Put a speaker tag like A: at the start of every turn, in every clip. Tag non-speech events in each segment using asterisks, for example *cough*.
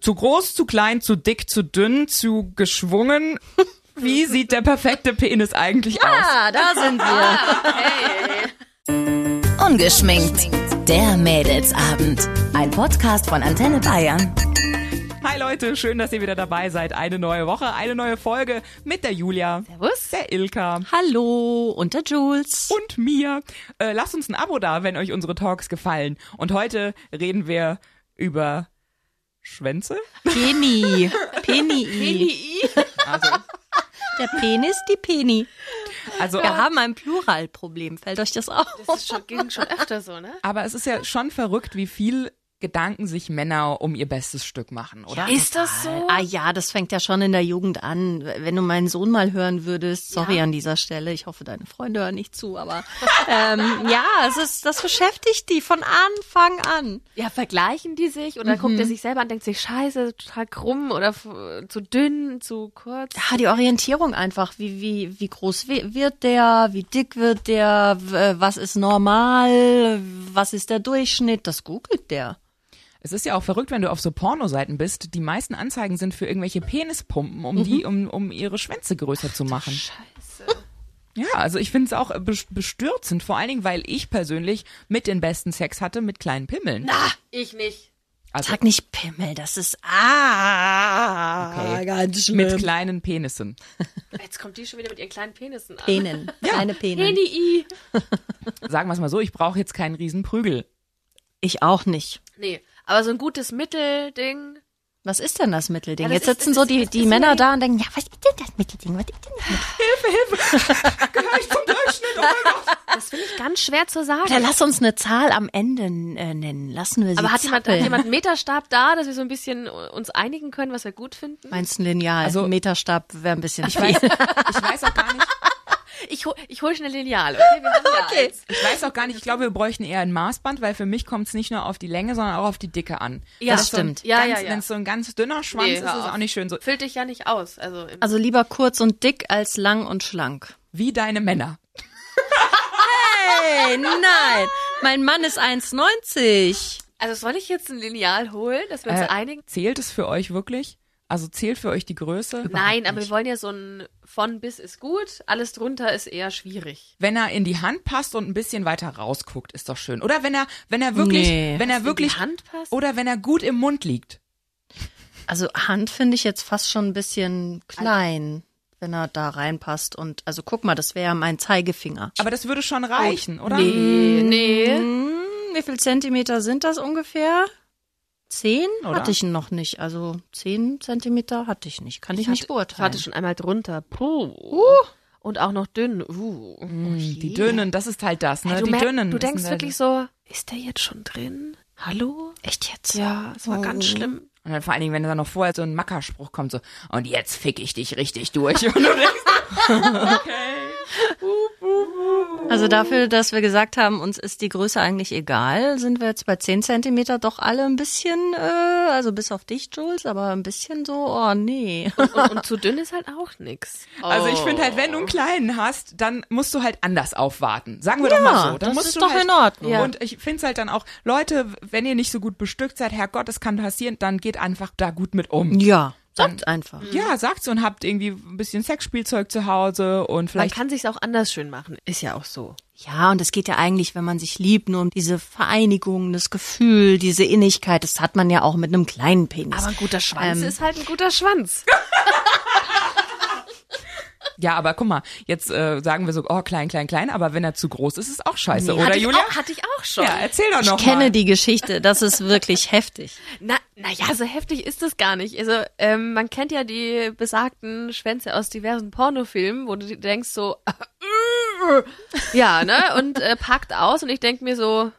A: Zu groß, zu klein, zu dick, zu dünn, zu
B: *laughs*
A: geschwungen. Wie sieht der perfekte Penis eigentlich aus?
C: Ah, da sind wir.
D: Ungeschminkt. Der Mädelsabend. Ein Podcast von Antenne Bayern.
A: Hi Leute, schön, dass ihr wieder dabei seid. Eine neue Woche, eine neue Folge mit der Julia,
C: Servus.
A: der Ilka
B: Hallo, und der Jules.
A: und mir. Äh, lasst uns ein Abo da, wenn euch unsere Talks gefallen. Und heute reden wir über Schwänze.
B: Penny. Penny.
A: Also,
B: Der Penis, die Penny.
A: also
B: Wir haben ein Pluralproblem. Fällt euch das auf?
C: Das ist schon, ging schon öfter so, ne?
A: aber es ist ja schon verrückt, wie viel Gedanken sich Männer um ihr bestes Stück machen, oder?
C: Ist das so?
B: Ah ja, das fängt ja schon in der Jugend an. Wenn du meinen Sohn mal hören würdest, sorry an dieser Stelle, ich hoffe, deine Freunde hören nicht zu, aber ähm, ja, es ist, das beschäftigt die von Anfang an.
C: Ja, vergleichen die sich und dann guckt er sich selber an und denkt sich, scheiße, total krumm oder f- äh, zu dünn, zu kurz.
B: Ja, die Orientierung einfach, wie, wie, wie groß we- wird der, wie dick wird der, w- was ist normal, was ist der Durchschnitt, das googelt der.
A: Es ist ja auch verrückt, wenn du auf so Pornoseiten bist. Die meisten Anzeigen sind für irgendwelche Penispumpen,
C: Mhm.
A: um die, um, um ihre Schwänze größer zu machen. Ja, also ich finde es auch bes- bestürzend, vor allen Dingen, weil ich persönlich mit den besten Sex hatte mit kleinen Pimmeln.
C: Ich nicht.
A: also
B: Sag nicht Pimmel, das ist ah,
A: Okay.
B: ganz
A: mit kleinen Penissen.
C: Jetzt kommt die schon wieder mit ihren kleinen Penissen an.
B: *laughs* Penen, kleine Penen.
C: Peni.
A: Sagen wir es mal so, ich brauche jetzt keinen riesen Prügel.
B: Ich auch nicht.
C: Nee, aber so ein gutes Mittelding.
B: Was ist denn das Mittelding?
C: Ja, das
B: Jetzt
C: ist-
B: sitzen
C: das
B: so
C: ist-
B: die,
C: das
B: die
C: ist
B: Männer
C: ein-
B: da und denken, ja, was ist denn das Mittelding? Was ist denn das Mittelding?
A: Gehör ich zum Durchschnitt? Oh mein Gott.
C: Das finde ich ganz schwer zu sagen.
B: Oder lass uns eine Zahl am Ende äh, nennen. Lassen wir sie
C: aber hat jemand, hat
B: zappeln.
C: jemand einen Meterstab da, dass wir so ein bisschen äh, uns einigen können, was wir gut finden?
B: Meinst du ein Lineal?
A: Also-
B: Also, ein Meterstab wäre ein bisschen
A: Ich weiß, ich weiß auch gar nicht.
C: Ich, hol, ich hol schnell Lineal, okay? Wir haben da eins.
A: Ich weiß auch gar nicht. Ich glaube, wir bräuchten eher ein Maßband, weil für mich kommt es nicht nur auf die Länge, sondern auch auf die Dicke an.
C: Ja,
A: Wenn es
B: das
A: so ein
B: stimmt.
C: Ja,
A: ganz,
C: ja, ja.
A: Wenn es so ein ganz dünner Schwanz
C: Nee,
A: ist, ist es
C: hör auf.
A: auch nicht schön. So
C: Füllt dich ja nicht aus. Also, im
B: Also lieber kurz und dick als lang und schlank.
A: wie deine Männer.
B: Hey, nein. Mein Mann ist 1,90.
C: also soll ich jetzt ein Lineal holen, dass wir uns
A: Äh,
C: einigen?
A: Zählt es für euch wirklich? Also zählt für euch die Größe?
C: Nein, aber wir wollen ja so ein von bis ist gut, alles drunter ist eher schwierig.
A: Wenn er in die Hand passt und ein bisschen weiter rausguckt, ist doch schön. Oder wenn er, wenn er wirklich,
B: Nee.
A: wenn er
C: In
A: wirklich,
C: die Hand passt?
A: oder wenn er gut im Mund liegt.
B: Also Hand finde ich jetzt fast schon ein bisschen klein, wenn er da reinpasst. Und also guck mal, das wäre ja mein Zeigefinger.
A: Aber das würde schon reichen, oder?
C: Nee, nee.
B: Hm, wie viel Zentimeter sind das ungefähr? Zehn
A: Oder?
B: hatte ich noch nicht. Also zehn Zentimeter hatte ich nicht. Kann ich, nicht
C: Ich hatte
B: beurteilen.
C: schon einmal drunter. Puh. Uh. Und auch noch dünn. Uh.
A: Mm, Die Dünnen, das ist halt das, ne?
C: Hey, du
A: die
C: mer-
A: Dünnen.
C: Du
A: das
C: denkst
A: sind
C: wirklich so, ist der jetzt schon drin? Oh. Hallo?
B: Echt jetzt?
C: Ja, es war ganz *laughs* schlimm.
A: Und dann vor allen Dingen, wenn dann noch vorher so ein Mackerspruch kommt, so, und jetzt fick ich dich richtig durch. *laughs* Und du denkst,
B: Also dafür, dass wir gesagt haben, uns ist die Größe eigentlich egal, sind wir jetzt bei zehn Zentimeter doch alle ein bisschen, äh, also bis auf dich, Jules, aber ein bisschen so, oh nee.
C: Und, und zu dünn ist halt auch nix. Oh.
A: Also ich finde halt, wenn
B: Oh.
A: du einen kleinen hast, dann musst du halt anders aufwarten. Sagen wir doch mal so. Dann
B: das
A: musst
B: ist
A: du
B: doch
A: halt,
B: in Ordnung.
A: Ja. Und ich finde es halt dann auch, Leute, wenn ihr nicht so gut bestückt seid, Herrgott, es kann passieren, dann geht einfach da gut mit um.
B: Ja, *laughs* sagt einfach.
A: Ja, sagt's und habt irgendwie ein bisschen Sexspielzeug zu Hause und
C: Man
A: vielleicht.
C: kann sich's auch anders schön machen. Ist ja auch so.
B: Ja, und es geht ja eigentlich, wenn man sich liebt, nur um diese Vereinigung, das Gefühl, diese Innigkeit. Das hat man ja auch mit einem kleinen Penis.
C: Aber ein guter Schwanz
B: Ähm,
C: ist halt ein guter Schwanz.
A: Ja, aber guck mal, jetzt äh, sagen wir so, oh, klein, klein, klein, aber wenn er zu groß ist, ist auch scheiße, oder
C: hatte
A: Julia?
C: Ich auch, Oh, hatte ich auch schon.
A: Ja, erzähl doch noch.
B: ich kenne
A: mal.
B: die Geschichte, das
A: *laughs*
B: ist wirklich heftig.
C: Na, naja, so heftig ist das gar nicht. Also, ähm, man kennt ja die besagten Schwänze aus diversen Pornofilmen, wo du dir denkst so, *laughs* ja, ne, und äh, packt aus und ich denk mir so,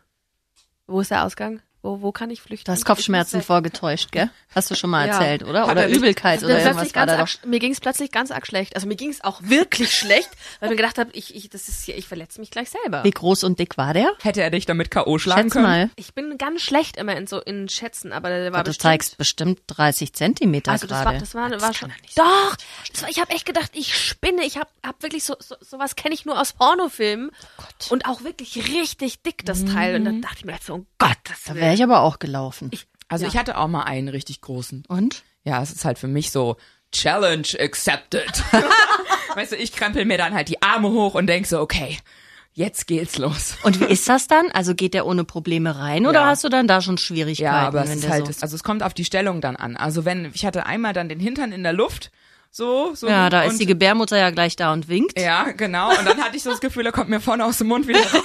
C: wo ist der Ausgang? Wo, wo kann ich flüchten?
B: Du hast
C: Ich
B: Kopfschmerzen
C: muss weg.
B: vorgetäuscht, gell? Hast du schon mal
C: Ja.
B: erzählt, oder?
A: halt Hat
B: Oder
A: er nicht-
B: Übelkeit
C: Mir
B: oder irgendwas
C: plötzlich
B: war
C: ganz
B: da
C: arg
B: doch.
C: sch- mir ging es plötzlich ganz arg schlecht. Also mir ging es auch wirklich schlecht, weil ich mir gedacht habe, ich, ich, das ist hier, ich verletze mich gleich selber.
B: Wie groß und dick war der?
A: Hätte er dich damit K.O. schlagen
B: Schätz
A: können?
B: mal.
C: Ich bin ganz schlecht immer in so in Schätzen, aber der war
B: Du
C: bestimmt-
B: zeigst bestimmt 30 Zentimeter
C: Also das war,
B: gerade.
C: das war, war schon. Doch, das war, ich habe echt gedacht, ich spinne. Ich habe hab wirklich so, so sowas kenne ich nur aus Pornofilmen und auch wirklich richtig dick das Teil. Und dann dachte ich mir echt so, um Gottes
B: Da
C: Willen.
B: wäre ich aber auch gelaufen.
A: Also ich hatte auch mal einen richtig großen.
B: Und?
A: Ja, es ist halt für mich so Challenge
B: *laughs*
A: accepted. weißt du, ich krempel mir dann halt die Arme hoch und denk so, okay, jetzt geht's los.
B: Und wie ist das dann? Also geht der ohne Probleme rein oder
A: Ja.
B: hast du dann da schon
A: Ja,
B: Schwierigkeiten?
A: aber es
B: wenn
A: ist
B: der
A: halt,
B: so
A: also es kommt auf die Stellung dann an. Also wenn, ich hatte einmal dann den Hintern in der Luft, so, so.
B: ja, da
A: und-
B: ist die Gebärmutter ja gleich da und winkt.
A: Ja, genau. Und dann hatte ich so das Gefühl, er kommt mir vorne aus dem Mund wieder raus.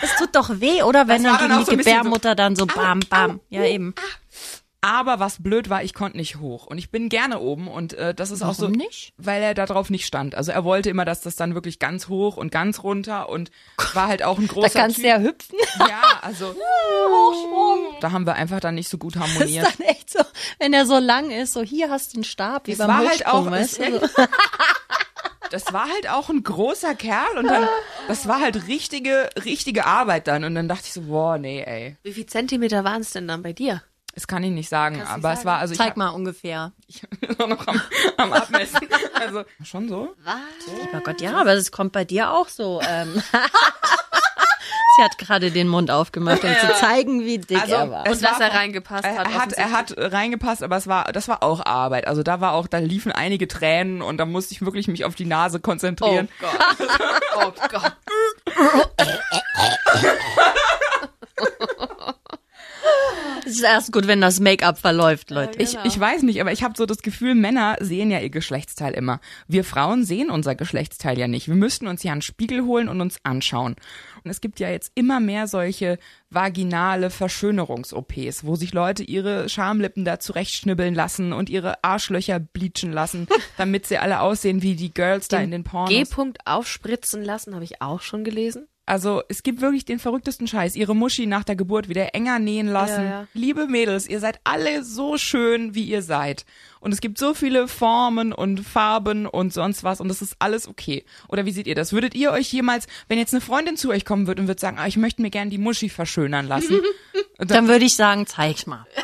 B: Es tut doch weh, oder? Wenn
A: Das
B: dann
A: war dann
B: gegen
A: auch so
B: die
A: ein bisschen so-
B: Gebärmutter dann so bam, bam. ja, eben.
A: Aber was blöd war, ich konnte nicht hoch. Und ich bin gerne oben. Und äh, das ist auch so.
B: Warum nicht?
A: Weil er da drauf nicht stand. Also er wollte immer, dass das dann wirklich ganz hoch und ganz runter und war halt auch ein
B: Da
A: großer
B: kannst du
A: Typ.
B: ja hüpfen.
A: Ja,
C: *laughs*
A: also da haben wir einfach dann nicht so gut
B: Das ist
A: harmoniert.
C: *laughs*
B: dann echt so, wenn er so lang ist, so hier hast du einen Stab, wie
A: Es
B: beim
A: war halt
B: Hochsprung,
A: auch-
B: weißt
A: es-
B: du? So.
A: Das war halt auch ein großer Kerl und dann, das war halt richtige, richtige Arbeit dann. Und dann dachte ich so, boah, nee, ey.
C: Wie viel Zentimeter waren es denn dann bei dir?
A: Das kann ich nicht sagen.
C: Kannst
A: aber
C: nicht
A: es
C: sagen.
A: war, also ich
B: *laughs* Zeig mal ungefähr.
A: *laughs* hab- nur noch am, am
C: *laughs*
A: Abmessen. Also schon so.
B: Oh Gott, ja, aber es kommt bei dir auch so. Ähm. *laughs* Sie hat gerade den Mund aufgemacht, um zu zeigen, wie dick
A: Also,
B: er war.
A: es
C: Und dass
A: war-
C: er reingepasst
A: Er
C: hat.
A: hat, er
C: offensichtlich.
A: hat reingepasst, aber es war, das war auch Arbeit. Also da war auch, da liefen einige Tränen und da musste ich wirklich mich auf die Nase konzentrieren.
C: Oh Gott.
B: Es ist erst gut, wenn das Make-up verläuft, Leute.
A: Ich, ich weiß nicht, aber ich habe so das Gefühl, Männer sehen ja ihr Geschlechtsteil immer. Wir Frauen sehen unser Geschlechtsteil ja nicht. Wir müssten uns ja einen Spiegel holen und uns anschauen. Und es gibt ja jetzt immer mehr solche vaginale Verschönerungs-OPs, wo sich Leute ihre Schamlippen da zurechtschnibbeln lassen und ihre Arschlöcher bleachen lassen, damit sie alle aussehen wie die Girls da in den Pornos.
C: G-Punkt aufspritzen lassen, habe ich auch schon gelesen.
A: Also es gibt wirklich den verrücktesten Scheiß. Ihre Muschi nach der Geburt wieder enger nähen lassen.
C: Ja, ja.
A: Liebe Mädels, ihr seid alle so schön, wie ihr seid. Und es gibt so viele Formen und Farben und sonst was und das ist alles okay. Oder wie seht ihr das? Würdet ihr euch jemals, wenn jetzt eine Freundin zu euch kommen würde und würde sagen, ah, ich möchte mir gerne die Muschi verschönern
C: *laughs*
A: lassen?
B: Dann würde ich sagen, zeig mal. *laughs*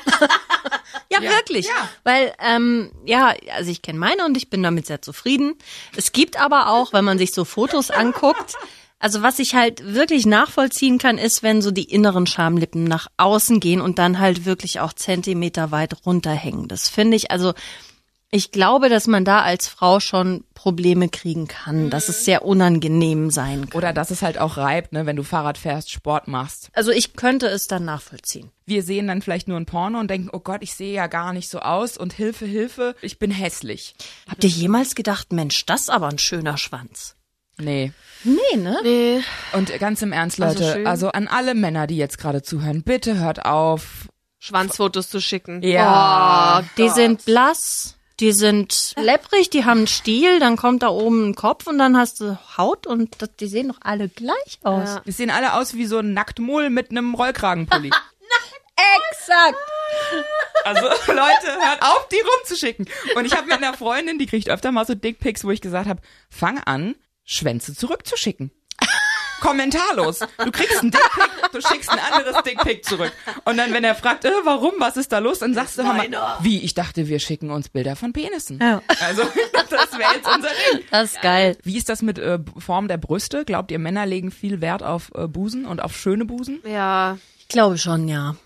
B: ja, wirklich.
A: Ja.
B: Weil, ähm, ja, also ich kenne meine und ich bin damit sehr zufrieden. Es gibt aber auch, wenn man sich so Fotos anguckt, also was ich halt wirklich nachvollziehen kann, ist, wenn so die inneren Schamlippen nach außen gehen und dann halt wirklich auch Zentimeter weit runterhängen. Das finde ich, also ich glaube, dass man da als Frau schon Probleme kriegen kann, dass es sehr unangenehm sein kann.
A: Oder dass es halt auch reibt, ne, wenn du Fahrrad fährst, Sport machst.
B: Also ich könnte es dann nachvollziehen.
A: wir sehen dann vielleicht nur ein Porno und denken, oh Gott, ich sehe ja gar nicht so aus und Hilfe, Hilfe, ich bin hässlich.
B: Habt ihr jemals gedacht, Mensch, das ist aber ein schöner Schwanz?
A: Nee.
B: Nee, ne?
C: Nee.
A: Und ganz im Ernst,
C: Also
A: Leute, also,
C: schön.
A: an alle Männer, die jetzt gerade zuhören, bitte hört auf.
C: Schwanzfotos zu schicken.
A: Ja.
C: Oh,
B: Die sind blass, die sind lepprig, die haben einen Stiel, dann kommt da oben ein Kopf und dann hast du Haut und das, die sehen doch alle gleich aus.
C: Ja.
A: Wir sehen alle aus wie so ein Nacktmull mit einem
C: *laughs*
A: Rollkragenpulli.
B: Exakt.
A: Also Leute, hört auf, die rumzuschicken. Und ich habe mit einer Freundin, die kriegt öfter mal so Dickpics, wo ich gesagt habe, fang an, Schwänze zurückzuschicken. Kommentarlos. Du kriegst einen Dickpic, du schickst ein anderes Dickpic zurück. Und dann, wenn er fragt, äh, warum, was ist da los, dann sagst du, hör mal, wie, ich dachte, wir schicken uns Bilder von Penissen. Also, *laughs* das wäre jetzt unser Ding.
B: Das ist geil.
A: Wie ist das mit äh, Form der Brüste? Glaubt ihr, Männer legen viel Wert auf äh, Busen und auf schöne Busen?
C: Ja.
B: Ich glaube schon, ja.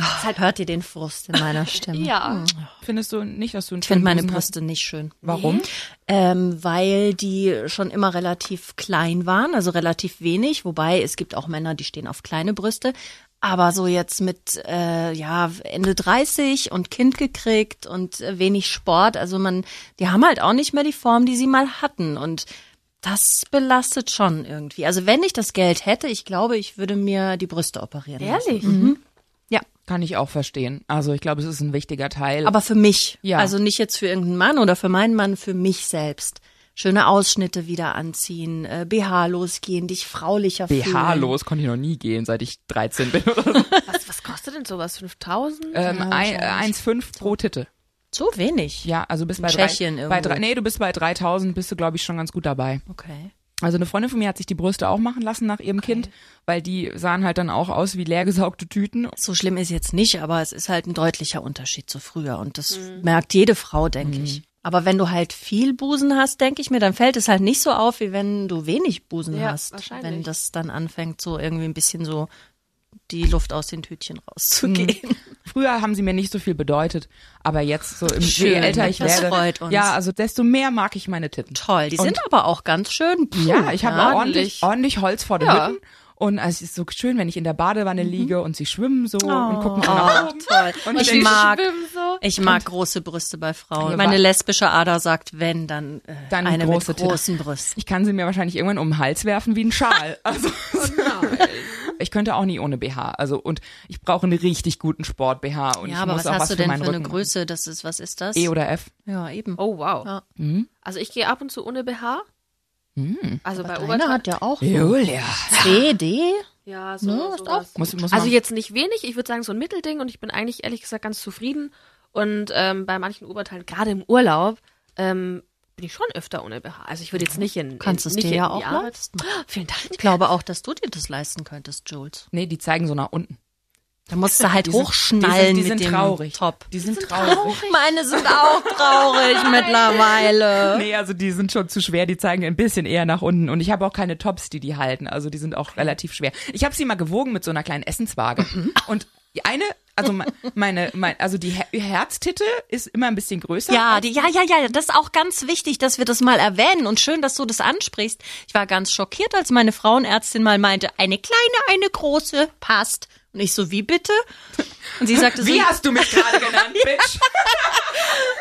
B: Ach, hört ihr den Frust in meiner Stimme?
C: Ja.
A: Findest du nicht, dass du einen
B: Ich finde
A: schönen
B: meine
A: Busen hast?
B: Brüste nicht schön.
A: Warum?
B: Ähm, weil die schon immer relativ klein waren, also relativ wenig. Wobei es gibt auch Männer, die stehen auf kleine Brüste. Aber so jetzt mit äh, ja Ende 30 und Kind gekriegt und äh, wenig Sport, also man, die haben halt auch nicht mehr die Form, die sie mal hatten und das belastet schon irgendwie. Also wenn ich das Geld hätte, ich glaube, ich würde mir die Brüste operieren. lassen.
C: Ehrlich?
B: Ja,
A: Kann ich auch verstehen. Also ich glaube, es ist ein wichtiger Teil.
B: aber für mich.
A: Ja.
B: Also nicht jetzt für irgendeinen Mann oder für meinen Mann, für mich selbst. Schöne Ausschnitte wieder anziehen, äh, BH losgehen, dich fraulicher fühlen.
A: BH-los konnte ich noch nie gehen, seit ich 13 bin oder so.
C: Was, was kostet denn sowas? 5000?
A: ähm, ein- äh, 1,5 pro Titte.
B: So wenig.
A: Ja, also bis bei
B: Tschechien
A: drei,
B: irgendwo.
A: bei drei, Nee, du bist bei 3000, bist du, glaube ich, schon ganz gut dabei.
B: Okay.
A: Also eine Freundin von mir hat sich die Brüste auch machen lassen nach ihrem Kind, weil die sahen halt dann auch aus wie leergesaugte Tüten.
B: So schlimm ist jetzt nicht, aber es ist halt ein deutlicher Unterschied zu früher und das merkt jede Frau,
A: Mhm.
B: denke ich. Aber wenn du halt viel Busen hast, denke ich mir, dann fällt es halt nicht so auf, wie wenn du wenig Busen
C: Ja,
B: hast.
C: wahrscheinlich.
B: Wenn das dann anfängt, so irgendwie ein bisschen so die Luft aus den Tütchen rauszugehen.
A: Früher haben sie mir nicht so viel bedeutet, aber jetzt so im je
B: Schön,
A: älter ich
B: das
A: werde,
B: freut uns.
A: ja, also desto mehr mag ich meine Titten.
B: Toll, die sind aber auch ganz schön. Puh,
A: Ja, ich habe
B: ne?
A: ordentlich,
C: ordentlich.
A: ordentlich Holz vor den
C: Ja.
A: Hütten. Und es ist so schön, wenn ich in der Badewanne liege und sie schwimmen so und gucken so nach
B: Mhm. Oh,
A: oben.
B: toll.
A: Und
B: ich
A: die
B: mag,
C: schwimmen so.
B: ich mag große Brüste bei Frauen.
A: Ja,
B: Meine
A: wa-
B: lesbische Ader sagt, wenn, dann, äh,
A: Dann
B: eine
A: große
B: mit
A: Titten.
B: großen Brüsten. Oh
A: Ich kann sie mir wahrscheinlich irgendwann um den Hals werfen
B: *laughs*
A: wie einen Schal. Also ich könnte auch nie ohne BH. Also und ich brauche einen richtig guten Sport BH und
B: Ja,
A: ich
B: aber
A: muss
B: was
A: auch
B: hast
A: was
B: du
A: für
B: denn
A: meinen
B: für
A: Rücken.
B: eine Größe? Das ist, was ist das?
A: E oder F?
B: ja, eben.
C: Oh, wow.
B: Ja.
C: Also ich gehe ab und zu ohne BH. Also
B: Mhm.
C: bei
B: Deine
C: Oberteil.
B: hat ja auch
A: Julia.
B: 3D.
C: Ja, so,
B: Ne, ist
C: sowas.
A: Muss, muss
C: Also
A: man-
C: jetzt nicht wenig, ich würde sagen so ein Mittelding und ich bin eigentlich ehrlich gesagt ganz zufrieden. Und ähm, bei manchen Oberteilen, gerade im Urlaub, ähm, bin ich schon öfter ohne BH. Also ich würde jetzt nicht in
B: Kannst
C: in,
B: es
C: nicht
B: dir
C: in
B: ja
C: die
B: auch
C: Arbeit- Ah,
B: leisten.
C: Vielen Dank. *laughs*
B: Ich glaube auch, dass du dir das leisten könntest, Jules.
A: Nee, die zeigen so nach unten.
B: Da musst du halt
A: Die sind-
B: hochschnallen
A: die sind, die sind
B: mit dem
A: traurig.
B: Top.
A: Die sind, traurig.
B: Meine sind auch
A: *laughs*
B: traurig mittlerweile.
A: Nee, also die sind schon zu schwer, die zeigen ein bisschen eher nach unten. Und ich habe auch keine Tops, die die halten. Also die sind auch relativ schwer. Ich habe sie mal gewogen mit so einer kleinen Essenswaage. Und die eine, also me- meine, mein, also die Her Herztitte ist immer ein bisschen größer.
B: Ja, die, ja, ja, ja, das ist auch ganz wichtig, dass wir das mal erwähnen und schön, dass du das ansprichst. Ich war ganz schockiert, als meine Frauenärztin mal meinte, eine kleine, eine große passt. Und ich so, wie bitte? Und
A: *laughs*
B: sie sagte so,
A: Wie hast du mich gerade genannt, Bitch?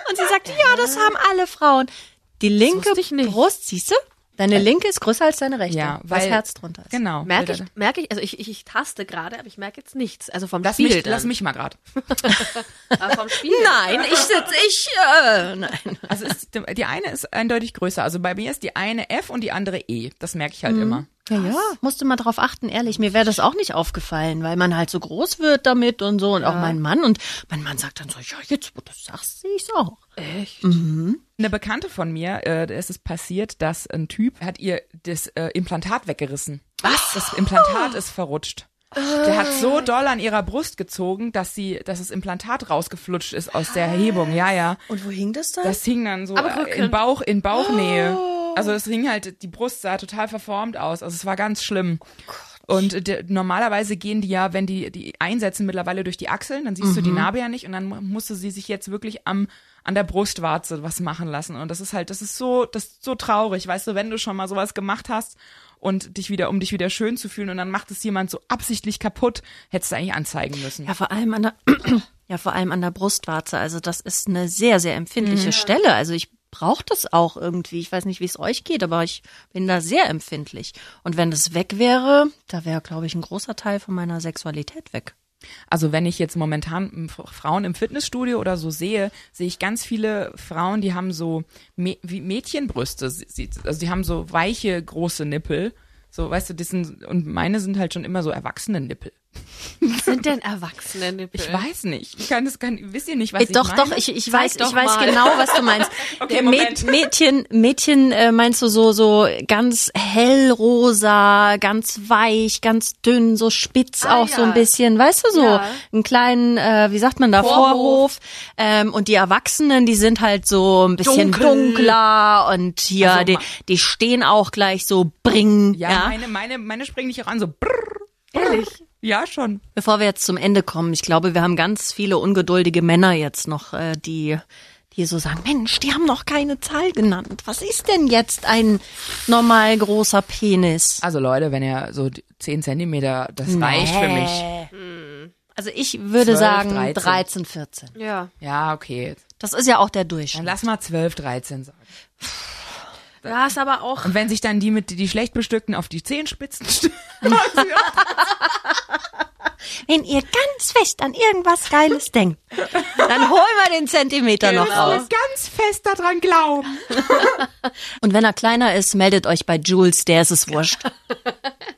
B: und sie sagte, ja, das haben alle Frauen. Die linke
C: wusste ich nicht.
B: Brust, siehst du? Deine linke ist größer als deine rechte,
A: Äh, Ja,
B: weil
A: weil-
B: das Herz drunter ist.
A: Genau.
C: Merke ich, merke ich, also ich, ich, ich taste gerade, aber ich merke jetzt nichts. Also vom
A: Lass
C: Spiel
A: mich,
C: dann.
A: lass mich mal gerade.
C: Aber vom Spiel.
B: *laughs* Nein, ich sitze, ich, äh, nein.
A: Also ist, die eine ist eindeutig größer. Also bei mir ist die eine F und die andere E. Das merke ich halt immer.
B: Ja, ja. Musste mal drauf achten, ehrlich. Mir wäre das auch nicht aufgefallen, weil man halt so groß wird damit und so und auch mein Mann. Und mein Mann sagt dann so, ja, jetzt, wo du das sagst, sehe ich's auch.
C: Echt?
A: Eine Bekannte von mir, äh, da ist es passiert, dass ein Typ hat ihr das äh, Implantat weggerissen. Was? Das Implantat ist verrutscht. Der hat so doll an ihrer Brust gezogen, dass sie, dass das Implantat rausgeflutscht ist aus der Erhebung. Ja, ja.
B: Und wo hing das dann?
A: Das hing dann so
C: Aber
A: äh,
C: Rücken. Oh.
A: in Bauch, in Bauchnähe. Also es hing halt, die Brust sah total verformt aus. Also es war ganz schlimm.
C: Oh
A: Und äh, der- normalerweise gehen die ja, wenn die die einsetzen mittlerweile durch die Achseln, dann siehst du die Narbe ja nicht und dann mu- musste sie sich jetzt wirklich am an der Brustwarze was machen lassen und das ist halt, das ist so, das ist so traurig, weißt du, wenn du schon mal sowas gemacht hast und dich wieder, um dich wieder schön zu fühlen und dann macht es jemand so absichtlich kaputt, hättest du eigentlich anzeigen müssen.
B: ja, vor allem an der, *clears throat* ja, vor allem an der Brustwarze. Also das ist eine sehr, sehr empfindliche Stelle. Also ich brauche das auch irgendwie. Ich weiß nicht, wie es euch geht, aber ich bin da sehr empfindlich. Und wenn das weg wäre, da wäre, glaube ich, ein großer Teil von meiner Sexualität weg.
A: Also wenn ich jetzt momentan m- F- Frauen im Fitnessstudio oder so sehe, sehe ich ganz viele Frauen, die haben so Mä- wie Mädchenbrüste. Sie- sie- Also die haben so weiche, große Nippel. So, weißt du, das sind, und meine sind halt schon immer so erwachsene Nippel.
C: Was sind denn Erwachsene Nippel?
A: Ich weiß nicht. Ich kann das, kann, wisst ihr nicht, was ich
B: Äh. doch,
A: meine?
B: doch, ich, ich weiß,
C: doch
B: ich weiß
C: mal.
B: genau, was
A: *laughs*
B: du meinst.
A: Okay,
B: Äh, Mä-
A: Moment.
B: Mädchen, Mädchen äh, meinst du so, so ganz hellrosa, ganz weich, ganz dünn, so spitz
C: Ah,
B: auch so ein
C: ja.
B: bisschen, weißt du so,
C: Ja.
B: einen kleinen, äh, wie sagt man da, Vorhof.
C: Vorhof.
B: Ähm, und die Erwachsenen, die sind halt so ein bisschen
A: Dunkel.
B: dunkler und hier,
A: Also,
B: die,
A: ma-
B: die stehen auch gleich so, bring,
A: Ja,
B: äh, ja.
A: meine, meine, meine springen dich auch an, so brrr.
C: Ehrlich?
A: Ja, schon.
B: Bevor wir jetzt zum Ende kommen, ich glaube, wir haben ganz viele ungeduldige Männer jetzt noch, äh, die, die so sagen, Mensch, die haben noch keine Zahl genannt. Was ist denn jetzt ein normal großer Penis?
A: Also Leute, wenn ihr so die 10 Zentimeter, das reicht für mich.
B: mich. Also ich würde
A: 12,
B: sagen
A: 13.
B: 13, 14.
C: Ja.
A: Ja, okay.
B: Das ist ja auch der
A: Dann
B: Durchschnitt.
A: lass mal 12, 13 sagen.
C: Ja, ist aber auch.
A: Und wenn sich dann die mit die schlecht bestückten auf die Zehenspitzen *laughs* stellen,
B: Wenn ihr ganz fest an irgendwas Geiles *laughs* denkt, dann holen wir den Zentimeter noch raus.
A: ganz fest daran glauben.
B: Und wenn er kleiner ist, meldet euch bei Jules, der ist es wurscht.